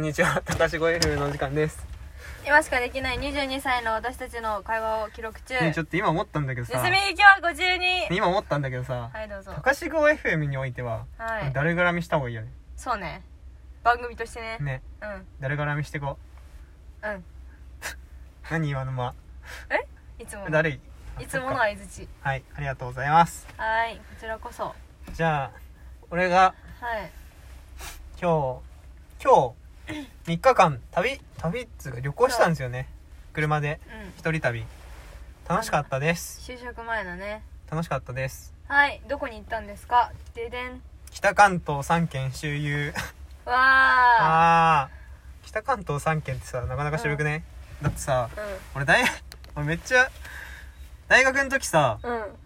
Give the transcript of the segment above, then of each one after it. んにちは、高志声風の時間です。今しかできない22歳の私たちの会話を記録中ねえちょっと今思ったんだけどさ、盗みね聞きは52今思ったんだけどさ、はいどうぞ高志声 FM においては、はい誰絡みした方がいいよね。そうね番組としてねね、うん誰絡みしてこうんう。何今の間。いつもの誰いいつもの相づちはい、ありがとうございます。はいこちらこそはじゃあ、俺がい今日、今日、3日間、旅、旅っつうか旅行したんですよね。車で、うん一人旅。楽しかったです。就職前のね楽しかったです。はいどこに行ったんですかででん北関東3県周遊。わああ北関東3県ってさなかなか渋くね、だってさー俺大 俺めっちゃ大学の時さうんうんうん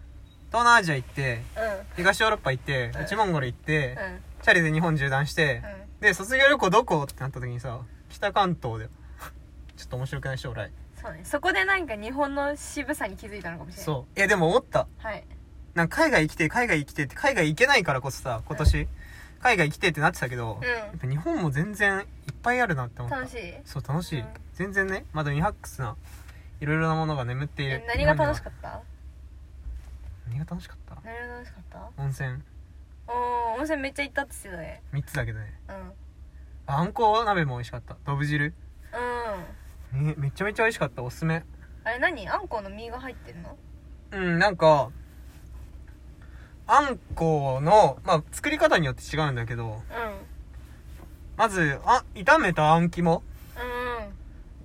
東南アジア行ってうん東ヨーロッパ行ってうん内モンゴル行って、うんチャリで日本縦断して、で卒業旅行どこってなった時にさ北関東で ちょっと面白くない将来そうねそこでなんか日本の渋さに気づいたのかもしれないそういやでも思ったはいなんか海外行きてえ海外行きてえって海外行けないからこそさ今年、海外行きてえってなってたけど、やっうぱ日本も全然いっぱいあるなって思んった楽しいそう楽しい、うん全然ねまだ未発掘ないろいろなものが眠っているえ何が楽しっかったた何が楽しかった何が楽しかった温泉おー温泉めっちゃ行ったって言ってたね3つだけどねうんああんこう鍋も美味しかったどぶ汁、うんね、めちゃめちゃ美味しかったおすすめあれ何あんこうの実が入ってんのうんなんかあんこうの、まあ、作り方によって違うんだけどうんまずあ炒めたあん肝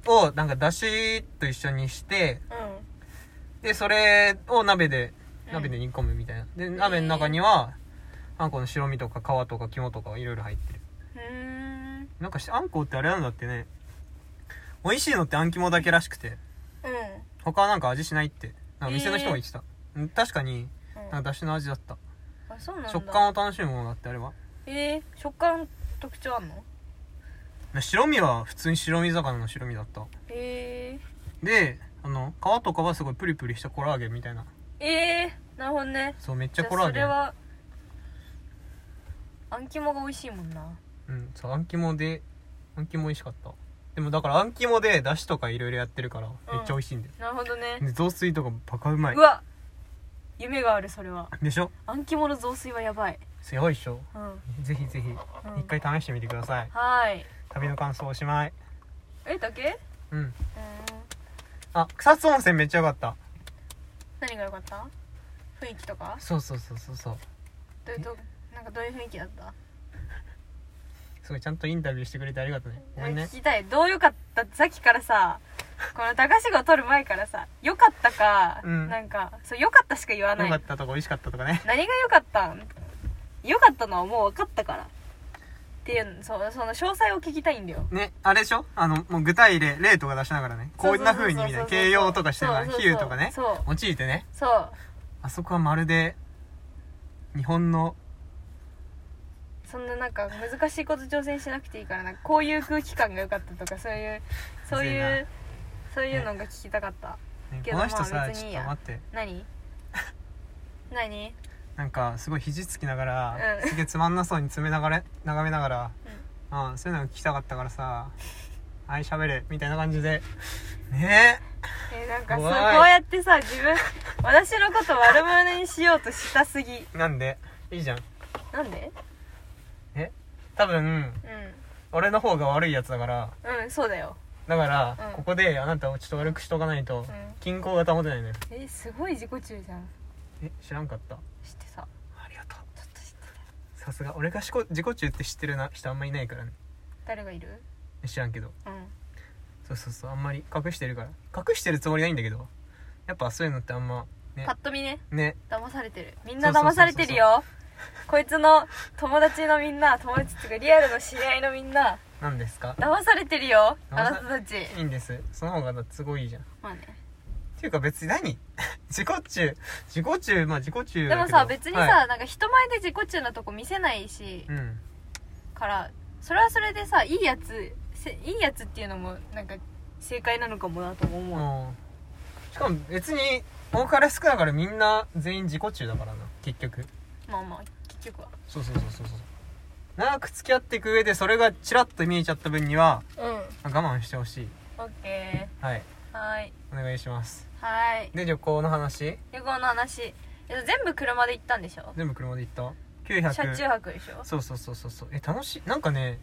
うんをなんかだしと一緒にしてうんでそれを鍋でうん鍋で煮込むみたいな、で鍋の中にはあんこの白身とか皮とか肝とかいろいろ入ってるうーんなんかしあんこうってあれなんだってね美味しいのってあん肝だけらしくてうん他はなんか味しないってなんか店の人も言ってた、うん確かにうんなんかだしの味だったあそうなんだ食感を楽しむものだってあれはえー、食感特徴あんの白身は普通に白身魚の白身だったえであの皮とかはすごいプリプリしたコラーゲンみたいなー、えー、なるほどねそうめっちゃコラーそゲれンはあん肝が美味しいもんなうんそうあん肝であん肝美味しかったでもだからあん肝でだしとかいろいろやってるからめっちゃ美味しいんだよ、なるほどねで雑炊とかバカうまいうわ夢があるそれはでしょあん肝の雑炊はやばいすごいっしょうん、うん、ぜひぜひ一回試してみてくださいはい旅の感想おしまいえだけうんうーんあ草津温泉めっちゃよかった何が良かった雰囲気とかそうそうそうそうそうどういうとなんかどういう雰囲気だったすごいちゃんとインタビューしてくれてありがとうねごめんね聞きたいどう良かったってさっきからさこの高志が取る前からさ良かったか、うんなんかそう良かったしか言わなよいかったとか美味しかったとかね何が良かったん良かったのはもう分かったからっていうそうその詳細を聞きたいんだよねあれでしょあのもう具体例例とか出しながらねこんな風にみたいな形容とかしてながら比喩とかねそう用いてねそうあそこはまるで日本のそんななんか難しいこと挑戦しなくていいからなんかこういう空気感が良かったとかそういうそうむずいいうそういうのが聞きたかった、ねけこどの人まさあ別ちょにっいいとや待って 何何なんかすごい肘つきながら、うんすげえつまんなそうに爪眺め眺めながら、うああそういうのが聞きたかったからさ「はい喋れ」みたいな感じでねえーなんかそうこ怖ういやってさ自分私のこと悪者にしようとしたすぎえなんでいいじゃんなんで多分う俺の方が悪いやつだからんうんそうだよだから、うんここであなたをちょっと悪くしとかないと、ん均衡が保てないのよえすごい自己中じゃんえ知らんかった知ってさありがとうちょっと知ってたさすが俺がしこ自己中って知ってるな人あんまいないからね誰がいる知らんけどうんそうそうそうあんまり隠してるから隠してるつもりないんだけどやっぱそういうのってあんまねぱっと見ねね騙されてるみんな騙されてるよこいつの友達のみんな友達っていうかリアルの知り合いのみんな何ですか騙されてるよ騙あさなたたちいいんですその方がだってすごいいいじゃんっまあねていうか別に何 自己中自己中まあ自己中でだけどもさ別にさ、はいなんか人前で自己中なとこ見せないし、うんからそれはそれでさいいやつせいいやつっていうのもなんか正解なのかもなとも思う、もうしかも別に多かれ少なかれみんな全員自己中だからな結局まあまあ結局はそうそうそうそうそう長く付き合っていく上でそれがちらっと見えちゃった分にはうん我慢してほしいオッケはいーはーいお願いしますはーいで旅行の話旅行の話えっと全部車で行ったんでしょ全部車で行った900車中泊でしょそうそうそうそうそうえ楽しいなんかね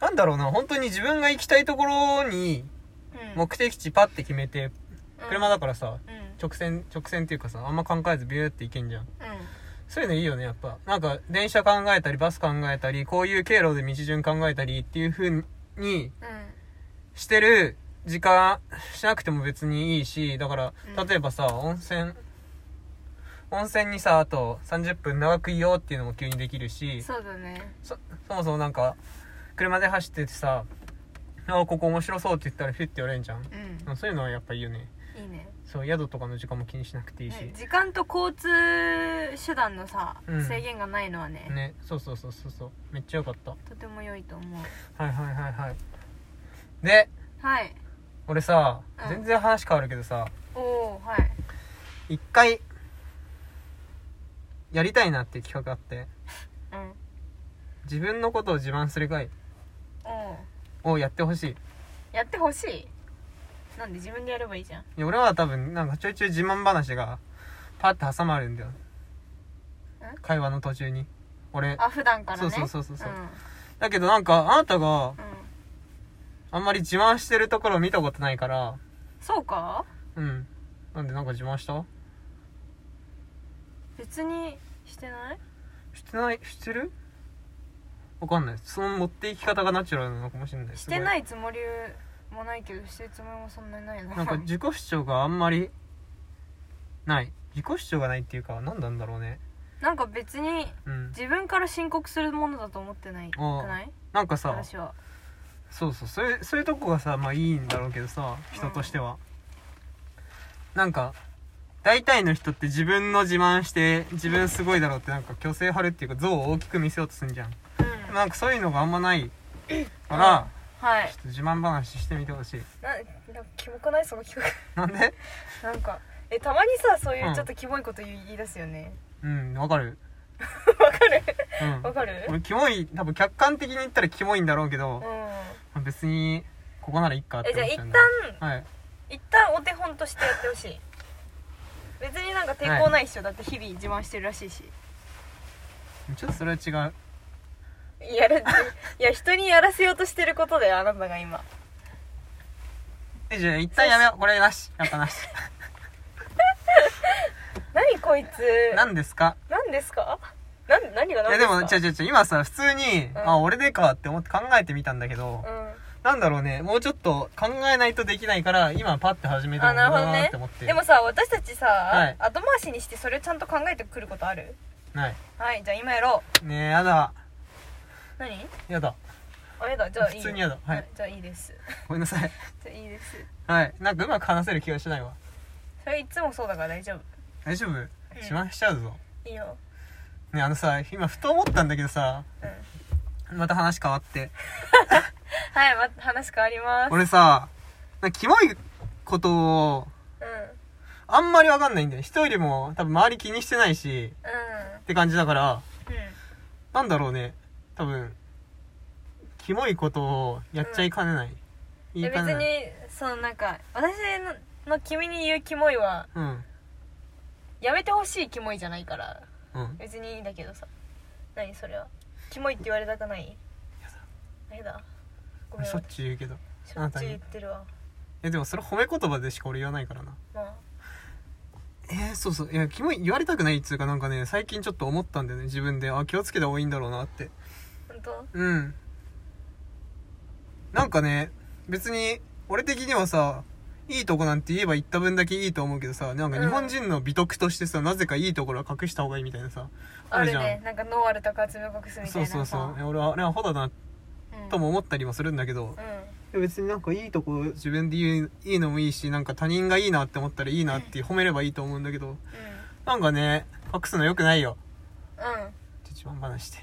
なんだろうな本当に自分が行きたいところにうん目的地パッて決めて車だからさうん直線直線っていうかさあんま考えずビューって行けんじゃんうそういうのいいよねやっぱなんか電車考えたりバス考えたりこういう経路で道順考えたりっていう風にんうんしてる時間しなくても別にいいしだからうん例えばさ、温泉温泉にさあと30分長くいようっていうのも急にできるしそうだねそそもそもなんか車で走っててさ「あここ面白そう」って言ったらフィッて寄れんじゃんうんうんそういうのはやっぱいいよねいいねそう宿とかの時間も気にしなくていいしね時間と交通手段のさうん制限がないのはねねそうそうそうそうそうめっちゃ良かったとても良いと思うはいはいはいはいではい俺さ、うん全然話変わるけどさおおーはい一回やりたいなっていう企画があってうん自分のことを自慢する会おおをやってほしいいやってほしいなんで自分でやればいいじゃんや俺は多分なんかちょいちょい自慢話がパッて挟まるんだよ会話の途中に俺あ普段からねそうそうそうそうそうんだけどなんかあなたがうんあんまり自慢してるところを見たことないからそうかうんなんでなんか自慢した別にしてないしてないしてるわかんないその持っていき方がナチュラルなのかもしれないしてないいつもりもないけどしてるつもりもそんなにないななんか自己主張があんまりない自己主張がないっていうか何なんだろうね なんか別にうん自分から申告するものだと思ってないくああないなんかさ私はそうそうそういうそういうとこがさまあいいんだろうけどさ人としては、なんか大体の人って自分の自慢して自分すごいだろうってなんか虚勢張るっていうか像を大きく見せようとするんじゃんでうんもなんかそういうのがあんまないから、はいちょっと自慢話してみてほしいななんかキモくないその企なんで画 なんかえたまにさそういうんうちょっとキモいこと言い言い出すよねうんわかる わ、かるうんわかる俺キモい多分客観的に言ったらキモいんだろうけうどん、別にここならいっかってえじゃ思っちゃあ一う旦んだはい一旦お手本としてやってほしい別になんか抵抗ないっしょ、だって日々自慢してるらしいしちょっとそれは違うやるっていや人にやらせようとしてることだよあなたが今えじゃあ一旦やめようこれなしやっぱ なし何こいつな何ですか何ですかなん何がい何やでですかも、ちょいちょいちょい、今さ、普通に、んあ、俺でかって思って考えてみたんだけど、なんだろうね、もうちょっと考えないとできないから、今パッて始めてもあなるほどねいいなって思っうて。ん、でもさ私たちさ、はい後回しにしてそれちゃんと考えてくることあるない。はいじゃあ今やろうねえ、やだ。何やだ。あやだじゃあいい普通にやだはいじゃあいいです ごめんなさい。じゃあいいですはい。なんかうまく話せる気がしないわ。それいつもそうだから大丈夫大丈夫自慢しちゃうぞ。いいよねえあのさ、今ふと思ったんだけどさ、うんまた話変わって。はい、ま、話変わります俺さ、なんかキモいことを、うんうんあんまりわかんないんだよ。人よりも多分周り気にしてないし、って感じだから、なんだろうね、多分、キモいことをやっちゃいかねない。うん言でいか別ねない。にそのなんか私のの君に言うキモいはうん。やめてほしいキモいじゃないからうん。別にいいんだけどさ何それはキモいって言われたくないやだやだごめんしょっちゅう言うけど。しょっちゅう言ってるわえ、でもそれ褒め言葉でしか俺言わないからな。まあえー、そうそう。いや、キモい、言われたくないっつうかなんかね、最近ちょっと思ったんだよね、自分で。あ、気をつけた方がいいんだろうなって。本当うん。なんかね、別に、俺的にはさ、いいとこなんて言えば言った分だけいいと思うけどさ、なんか日本人の美徳としてさ、なぜかいいところは隠した方がいいみたいなさ、あるじゃん。ねなんかノーアルとか爪を隠すみたそいうなそうそさう俺はあれはホだなうんとも思ったりもするんだけどう別になんかいいとこ自分で言ういいのもいいしなんか他人がいいなって思ったらいいなって褒めればいいと思うんだけどんうんなんかね隠すのよくないようんちょっと自慢話して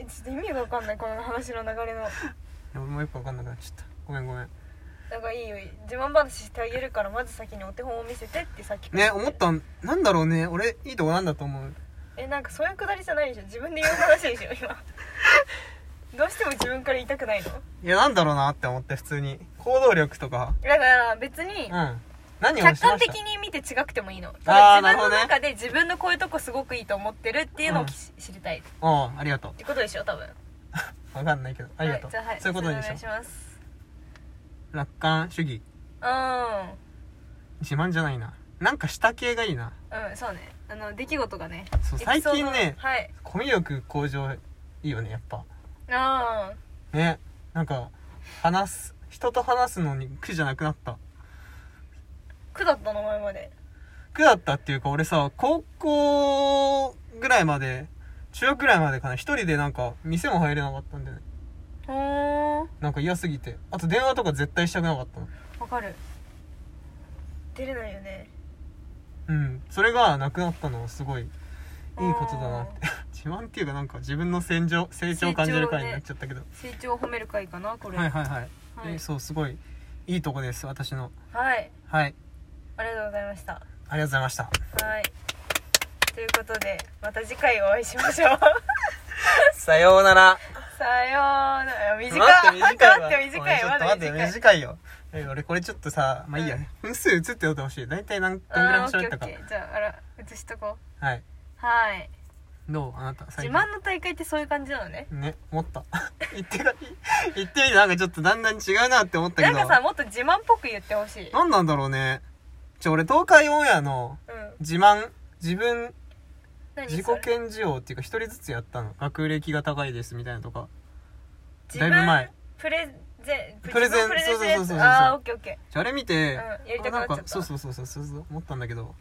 えちょっと意味が分かんないこの話の流れの俺もよくわかんなくなっちゃったごめんごめんなんかいいよ自慢話してあげるからまず先にお手本を見せてってさっきからね思ったんなんだろうね俺いいとこなんだと思うえなんかそういうくだりじゃないでしょ自分で言う話でしょ今 どうしても自分から言いたくないのいやなんだろうなって思って普通に行動力とかだから別にうん何を客しま観し的たに見て違くてもいいのあーただ自分のなるほど中で自分のこういうとこすごくいいと思ってるっていうのをき知りたいっおうありがとうてことでしょ多分わかんないけどありがとう、はいじゃあはいそういうことでしお願いょします楽観主義う自慢じゃないななんか下系がいいなんうんそうねあの出来事がねそうエピ最ソー近ドねはいコミュ力向上いいよねやっぱあねなんか話す人と話すのに苦じゃなくなったー苦だったの前まで苦だったっていうか俺さ高校ぐらいまで中学ぐらいまでかな一人でなんか店も入れなかったんだよねほーなんか嫌すぎてあと電話とか絶対したくなかったのわかる出れないよねうんそれがなくなったのすごいいいことだなって 自慢っていうかなんか自分の成長成長を感じる回になっちゃったけど、成長を褒める会かなこれはいはいはい、はいえそうすごいいいとこです私のはいはいありがとうございましたありがとうございま したはいということでまた次回お会いしましょう さようならさような ら待短ってい待って短いわおまいちょっと待だって短い短いよえ俺これちょっとさまあいいや、分数映っておいてほしい大体何どんぐらいあーオッ喋ケっーたオかッケーじゃああら映しとこうはいはいどうあなた自最近慢の大会ってそういう感じなのねね思った 言ってか言ってみてなんかちょっとだんだん違うなって思ったけなんどかさもっと自慢っぽく言ってほしいなんなんだろうねちょ俺東海オンエアのうん自慢自分何自己それ顕示法っていうか一人ずつやったの学歴が高いですみたいなとか自だい分ぶ前プレゼンプレゼン自分するやつそうそうそうそうそうああオッケーオッケじゃああれ見て、うんやりたくなっちゃったあんかそうそうそうそうそうそう思ったんだけど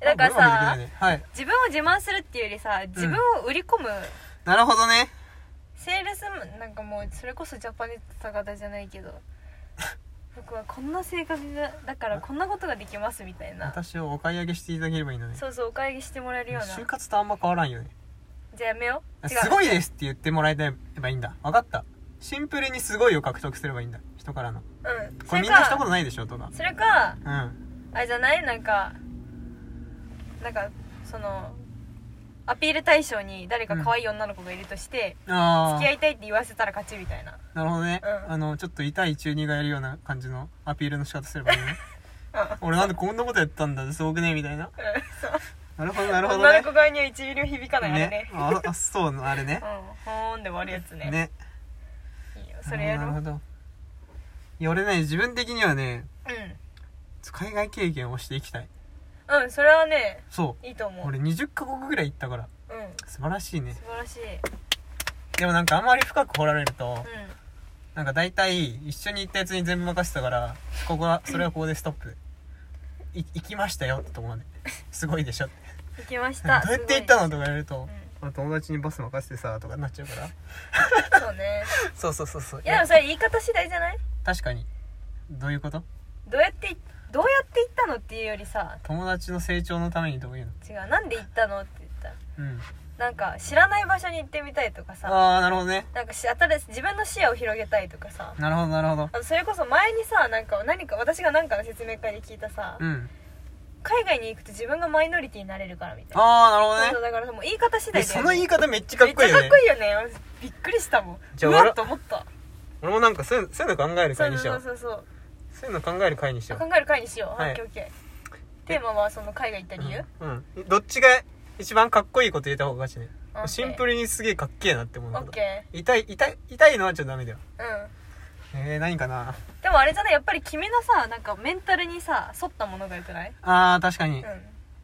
ーだからなん俺はできさないねはい自分を自慢するっていうよりさ自分を売り込む、なるほどねセールスマンなんかもうそれこそジャパネット方じゃない けど僕はこんな性格がだからこんなことができますみたいな私をお買い上げしていただければいいのねそうそうお会議してもらえるような就活とあんま変わらんよねじゃあやめよう違うすごいですって言ってもらえればいいんだ分かったシンプルにすごいを獲得すればいいんだ人からのうんこそれれみんなしたこかとないでしょとかそれかうんあれじゃないなんかなんかそのアピール対象に誰か可愛い女の子がいるとして、あ付き合いたいって言わせたら勝ちみたいなあなるほどね、うんあのちょっと痛い中二がやるような感じのアピールの仕方すればいい ねうん俺なんでこんなことやったんだすごくねみたいななるほど なるほど女のね子側には1ミリも響かないあれねねああそうあれねうんほーんで終わるやつねねいいよそれやなろるうほどいや俺ね自分的にはねうん海外経験をしていきたいうんそれはねそいいとう思う、うん、俺20カ国ぐらい行ったから素晴らしいね素晴らしい、でもなんかあんまり深く掘られるとうん、なんか大体一緒に行ったやつに全部任せたからここはそれはここでストップい行きましたよってとこまですごいでしょって行きま どしうたやって行ったのとすか言われるとごい友達にバス任せてさとかなっちゃうからうん、 そうねそうそうそうそういやでもそれ言い方次第じゃない確かにどういうことどうやってどうやって行ったのっていうよりさ友達の成長のためにどういうの違うなんで行ったのって言ったらうんなんか知らない場所に行ってみたいとかさああなるほどねなんかし新しい自分の視野を広げたいとかさなるほどなるほどあのそれこそ前にさなんか何か私が何かの説明会で聞いたさ、うん海外に行くと自分がマイノリティになれるからみたいなああなるほどねそうそうだからもう言い方次第だえそよの言い方方めっちゃかっこいいよねめっちゃかっこいいよねびっくりしたもんじゃあうわわらっと思った俺もなんかそういうそういうの考えるそ会うにしそよううそうそうそういうの考える会にしよう考える会にしよう、ははいい、オッケーオッケーテーマはその海外行った理由、うん、うんどっちが一番かっこいいこと言えた方が勝ちねオッケーシンプルにすげえかっけえなって思うオのッケ痛い痛い痛いのはちょっとダメだよーうんえー、何かなでもあれじゃないやっぱり君のさなんかメンタルにさ沿ったものがよくないあー確かうにん、だか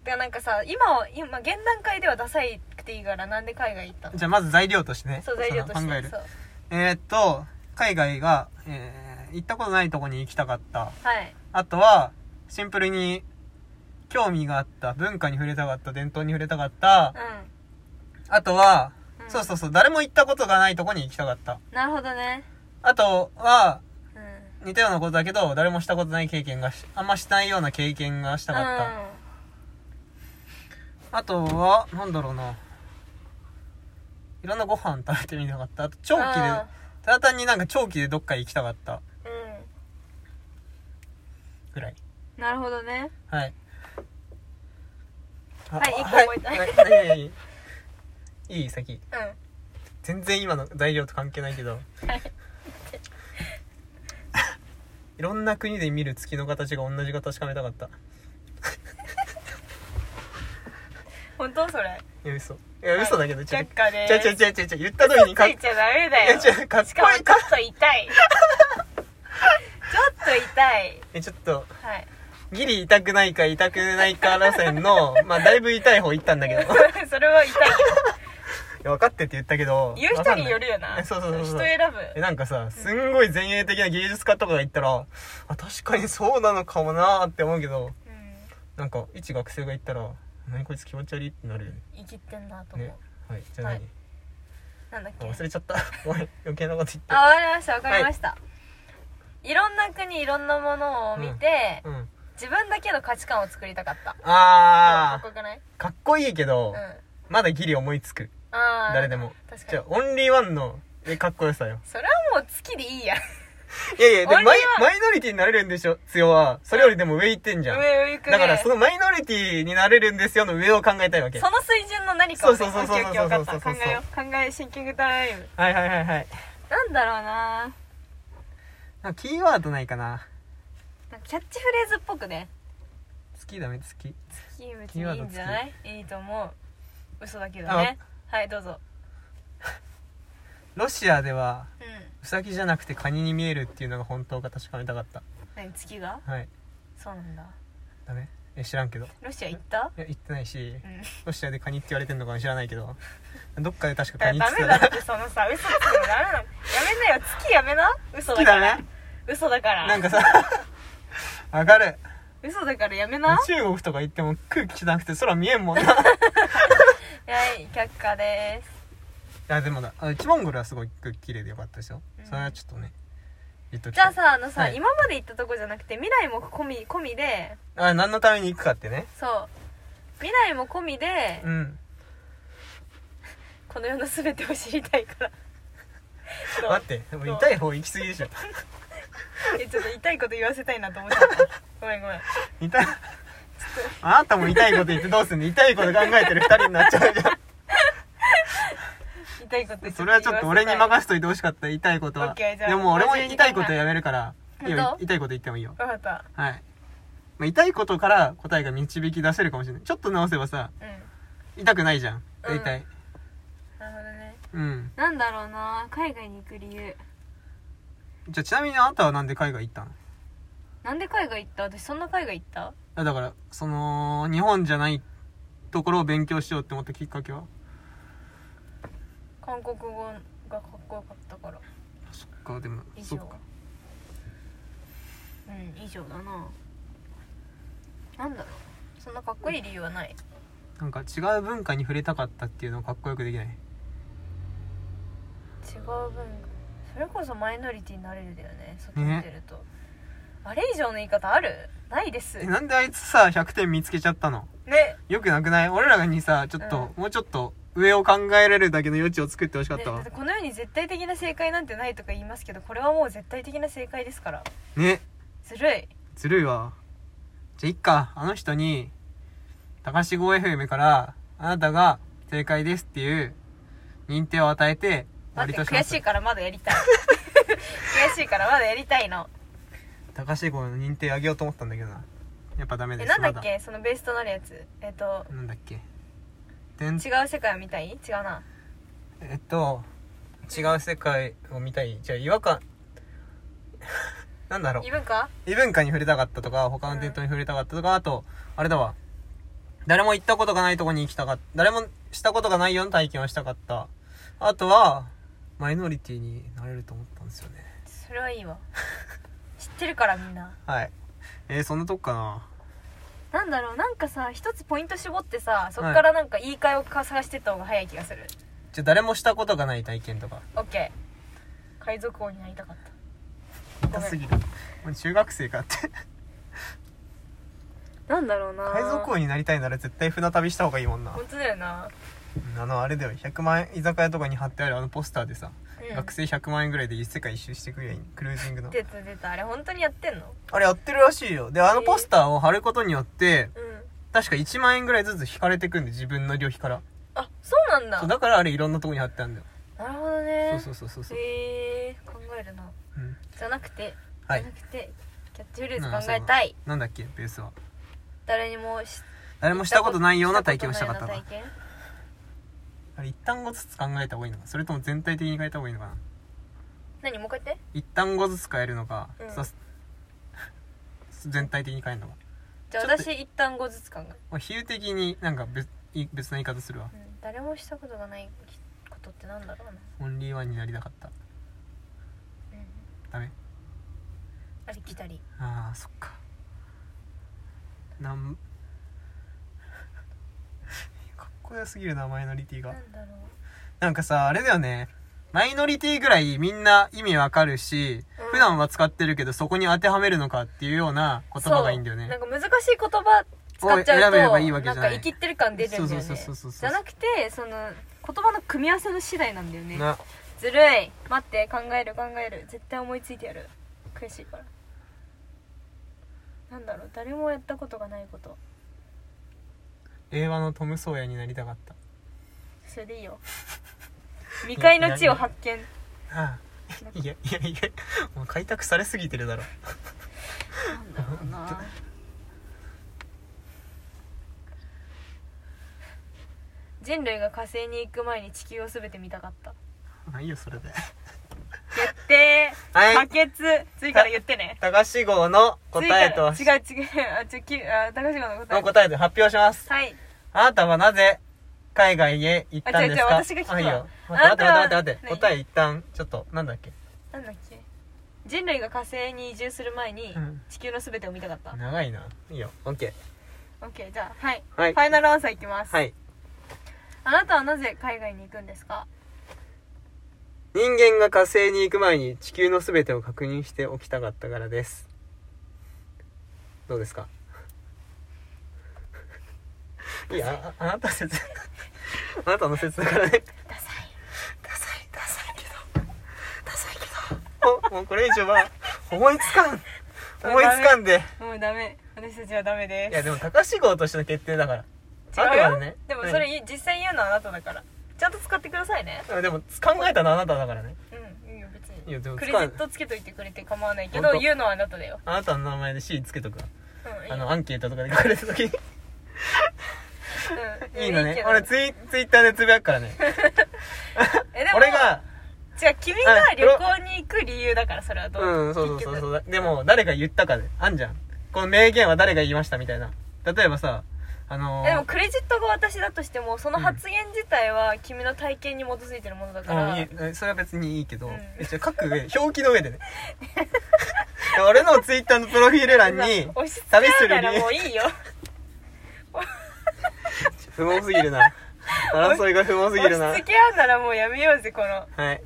らなんかさ今は今現段階ではダサいくていいからなんで海外行ったのじゃあまず材料としてねそう材料とそしの考えてるそうえー、っと海外が、えー行ったことないとこに行きたかったはいあとはシンプルに興味があった文化に触れたかった伝統に触れたかったうあとは、ん、うん、そうそうそう誰も行ったことがないとこに行きたかったなるほどねあとはうん似たようなことだけど誰もしたことない経験がしあんましないような経験がしたかった、あとはなんだろうないろんなご飯食べてみたかったあと長期であただ単になんか長期でどっか行きたかったうん、ぐらいうん、なるほどねはいはいあ一個覚えたはいはいはいいい先う全然今の材料と関係ないけどんはい いろんな国で見る月の形が同じか確かめたかった本当それいや嘘いや嘘だけど、却ち下でゃーちすゃちゃちゃちゃ言った時にかついちゃダメだいやよ違うかっしかもこいいちょっと痛いちょっと痛いえちょっとはいギリ痛くないか痛くないか路線のまあだいぶ痛い方行ったんだけどいそれは痛いや分かってって言ったけど言う人によるよわなかんいえそうそうそうそう人選ぶえなんかさすんごい前衛的な芸術家とかが言ったらあ確かにそうなのかもなーって思うけどうんなんか一学生が言ったら何こいつ気持ち悪いってなるよね生きてんなと思うねはいじゃあは何、いなんだっあけ忘れちゃった ごめん余計なこと言っあたわかりましたわかりました、い、ろんな国いろんなものを見て、うん自分だけの価値観を作りたかったあかっこよくないーかっこいいけうどん、まだギリ思いつくああ誰でも確かじゃあにオンリーワンのえかっこよさ よそれはもう月でいいやいやいやでオンリーワンマイマイノリティになれるんでしょつよはそれよりでも上行ってんじゃん上を行くねだからそのマイノリティになれるんですよの上を考えたいわけそはの水準の何かをねそうそうそうそうそうオッケーオッケーわかったそうそうそう考えよう考えシンキングタイムいはいはいはいなんだろうななんかキーワードないかななんかキャッチフレーズっぽくね好きだね好き月別にいいんじゃないいいと思う嘘だけどねはいどうぞロシアではうんウサギじゃなくてカニに見えるっていうのが本当か確かめたかった何月がはいそうなんだダメえ知らんけどいロシア行ったや言ってないしうんロシアでカニって言われてんのかも知らないけどどっかで確かだカかニらってダ言っメてだたってそのさ嘘つくのダメなのやめなよ月やめな嘘好きだからだね嘘だからなんかさわかる嘘だからやめな中国とか行っても空気汚くて空見えんもんないはい却下ですやでもだあ一モンゴルはすごい綺麗でよかったですよ、うんそれはちょっとね言っときじゃたあいさあのさ、はい今まで行ったとこじゃなくて未来も込み込みであ何のために行くかってねそう未来も込みで、うんこの世の全てを知りたいからそう待ってでもそう痛い方行き過ぎでしょえちょっと痛いこと言わせたいなと思っちゃったごめんごめん痛いあなたも痛いこと言ってどうすんの痛いこと考えてる二人になっちゃうじゃん痛いこと言それはちょっと俺にわ任せといてほしかった痛いことオッはケーじゃあでも俺も50時間痛いことやめるからいいよ本当痛いこと言ってもいいよかったはい、まあ、痛いことから答えが導き出せるかもしれないちょっと直せばさうん痛くないじゃん大体なるほどねうん、なんだろうな海外に行く理由じゃあちなみにあなたはなんで海外行ったのなんで海外行った私そんな海外行ったあだからその日本じゃないところを勉強しようって思ったきっかけは韓国語がかっこよかったからそっかでも以そ上っかうん以上だななんだろうそんなかっこいい理由はないなんか違う文化に触れたかったっていうのをかっこよくできない違う文化それこそマイノリティになれるだよね外見てると、あれ以上の言い方あるないですえねなんであいつさ100点見つけちゃったのよくなくない俺らにさちょっと、もうちょっと上を考えられるだけの余地を作ってほしかっねただっわてこの世に絶対的な正解なんてないとか言いますけどこれはもう絶対的な正解ですからねずるいずるいわじゃあいっかあの人に高志号 FM からあなたが正解ですっていう認定を与えて待ってしま悔すしいからまだやりたい悔しいからまだやりたいの高志号の認定あげようと思ったんだけどなやっぱダメでえすなんだっまけそのベースとなるやつえっとだなんだっけでん違う世界を見たい違うなえっと違う世界を見たいじゃあ違和感 なんだろう異文化異文化に触れたかったとか他の伝統に触れたかったとか、あとあれだわ誰も行ったことがないとこに行きたかった誰もしたことがないような体験をしたかったあとはマイノリティになれると思ったんですよねそれはいいわ 知ってるからみんなはいえー、そんなとこかななんだろうなんかさ一つポイント絞ってさそっからなんか言い換えをか探してった方が早い気がするじゃあ誰もしたことがない体験とか OK 海賊王になりたかった痛すぎるもう中学生かってなんだろうな海賊王になりたいなら絶対船旅した方がいいもんな本当だような、んあのあれだよ100万円居酒屋とかに貼ってあるあのポスターでさ、うん、学生100万円ぐらいで世界一周してくれクルージングの出た出たあれ本当にやってんのあれやってるらしいよであのポスターを貼ることによってうん確か1万円ぐらいずつ引かれてくんで自分の旅費からあそなんだそうだからあれいろんなとこに貼ってあるんだよなるほどねそうそうそうそうそう、へえー、考えるなうん、じゃなくて、はいじゃなくてキャッチフレーズ考えたいなんだっけベースは誰にもし誰もしたことないような体験をしたかったしかこらとないような体験あれ一単語ずつ考えた方がいいのかそれとも全体的に変えた方がいいのかな何もう一回言って一単語ずつ変えるのか、うんさ 全体的に変えるのかじゃあちょっと私一単語ずつ考えまあ比喩的になんか別い別な言い方するわうん誰もしたことがないことってなんだろうな、オンリーワンになりたかったうん、ダメありきたりあーそっかなん かっこよすぎるなマイノリティながんだろなんかさあれだよねマイノリティぐらいみんな意味わかるし、うん普段は使ってるけどそこに当てはめるのかっていうようなう言葉がいいんだよねそうなんか難しい言葉使っちゃうを選とべればいいわけじゃないんか生きってる感出るんだよねそうそうそうそうそうじゃなくてその言葉の組み合わせの次第なんだよねなずるい待って考える考える絶対思いついてやる悔しいからなんだろう誰もやったことがないこと令和のトム・ソーヤになりたかっそれでいい よ未開の地を発見たああいやいやいやもう開拓されすぎてるだろなんだろうな人類が火星に行く前に地球を全て見たか ったまあいいよそれで決定は可い決次から言ってね高志号の答えと次から違う違うあちょきあ高島の答のえ答えで発表しますはいあなたはなぜ海外へ行ったんですかあ違う違う私が聞くわあいいよあ待なってたは待って待って待って何答え一旦ちょっとなんだっけなんだっけ人類が火星に移住する前にうん地球の全てを見たかった、長いないいよオッケオッケーじゃあはい、はいファイナルアンサーいきます、ーはいあなたはなぜ海外に行くんですか人間が火星に行く前に地球のすべてを確認しておきたかったからですどうですかいやああなた説あなたの説だからねダサいダサいダサいけどダサいけどもうこれ以上は思いつかん思いつかんでもうダメ私たちはダメいでやでも高志号としての決定だからす違うあくまよでねでもそれ実際言うのはあなただからちゃんと使ってくださいねうんでも考えたのはあなただからねうんいいよ別いにやでもク使レジッうトつけといてくれて構わないけほどんと言うのはあなただよあなたの名前で C つけとくわうんいいあよのアンケートとかで書かれた時にうんいいのねけど俺ツイツイッターでつぶやくから ねえでも俺が違う君が旅行に行く理由だからそれはどうんそうそうそう結そ局うでも誰が言ったかであんじゃんこの名言は誰が言いましたみたいな例えばさあのでもクレジットが私だとしてもその発言自体は君の体験に基づいてるものだから、うんいいえそれは別にいいけど、うんえ違う書く上表記の上でね 俺のツイッターのプロフィール欄に 押し付け合うな旅する理ら由もういいよ不毛すぎる な争いが不毛すぎ押るなはし付いけ合うならもうやめようぜこのはい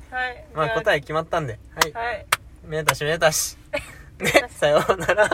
まあ答ええ決まったんではいはいめでたしめでたしねめでたしさようなら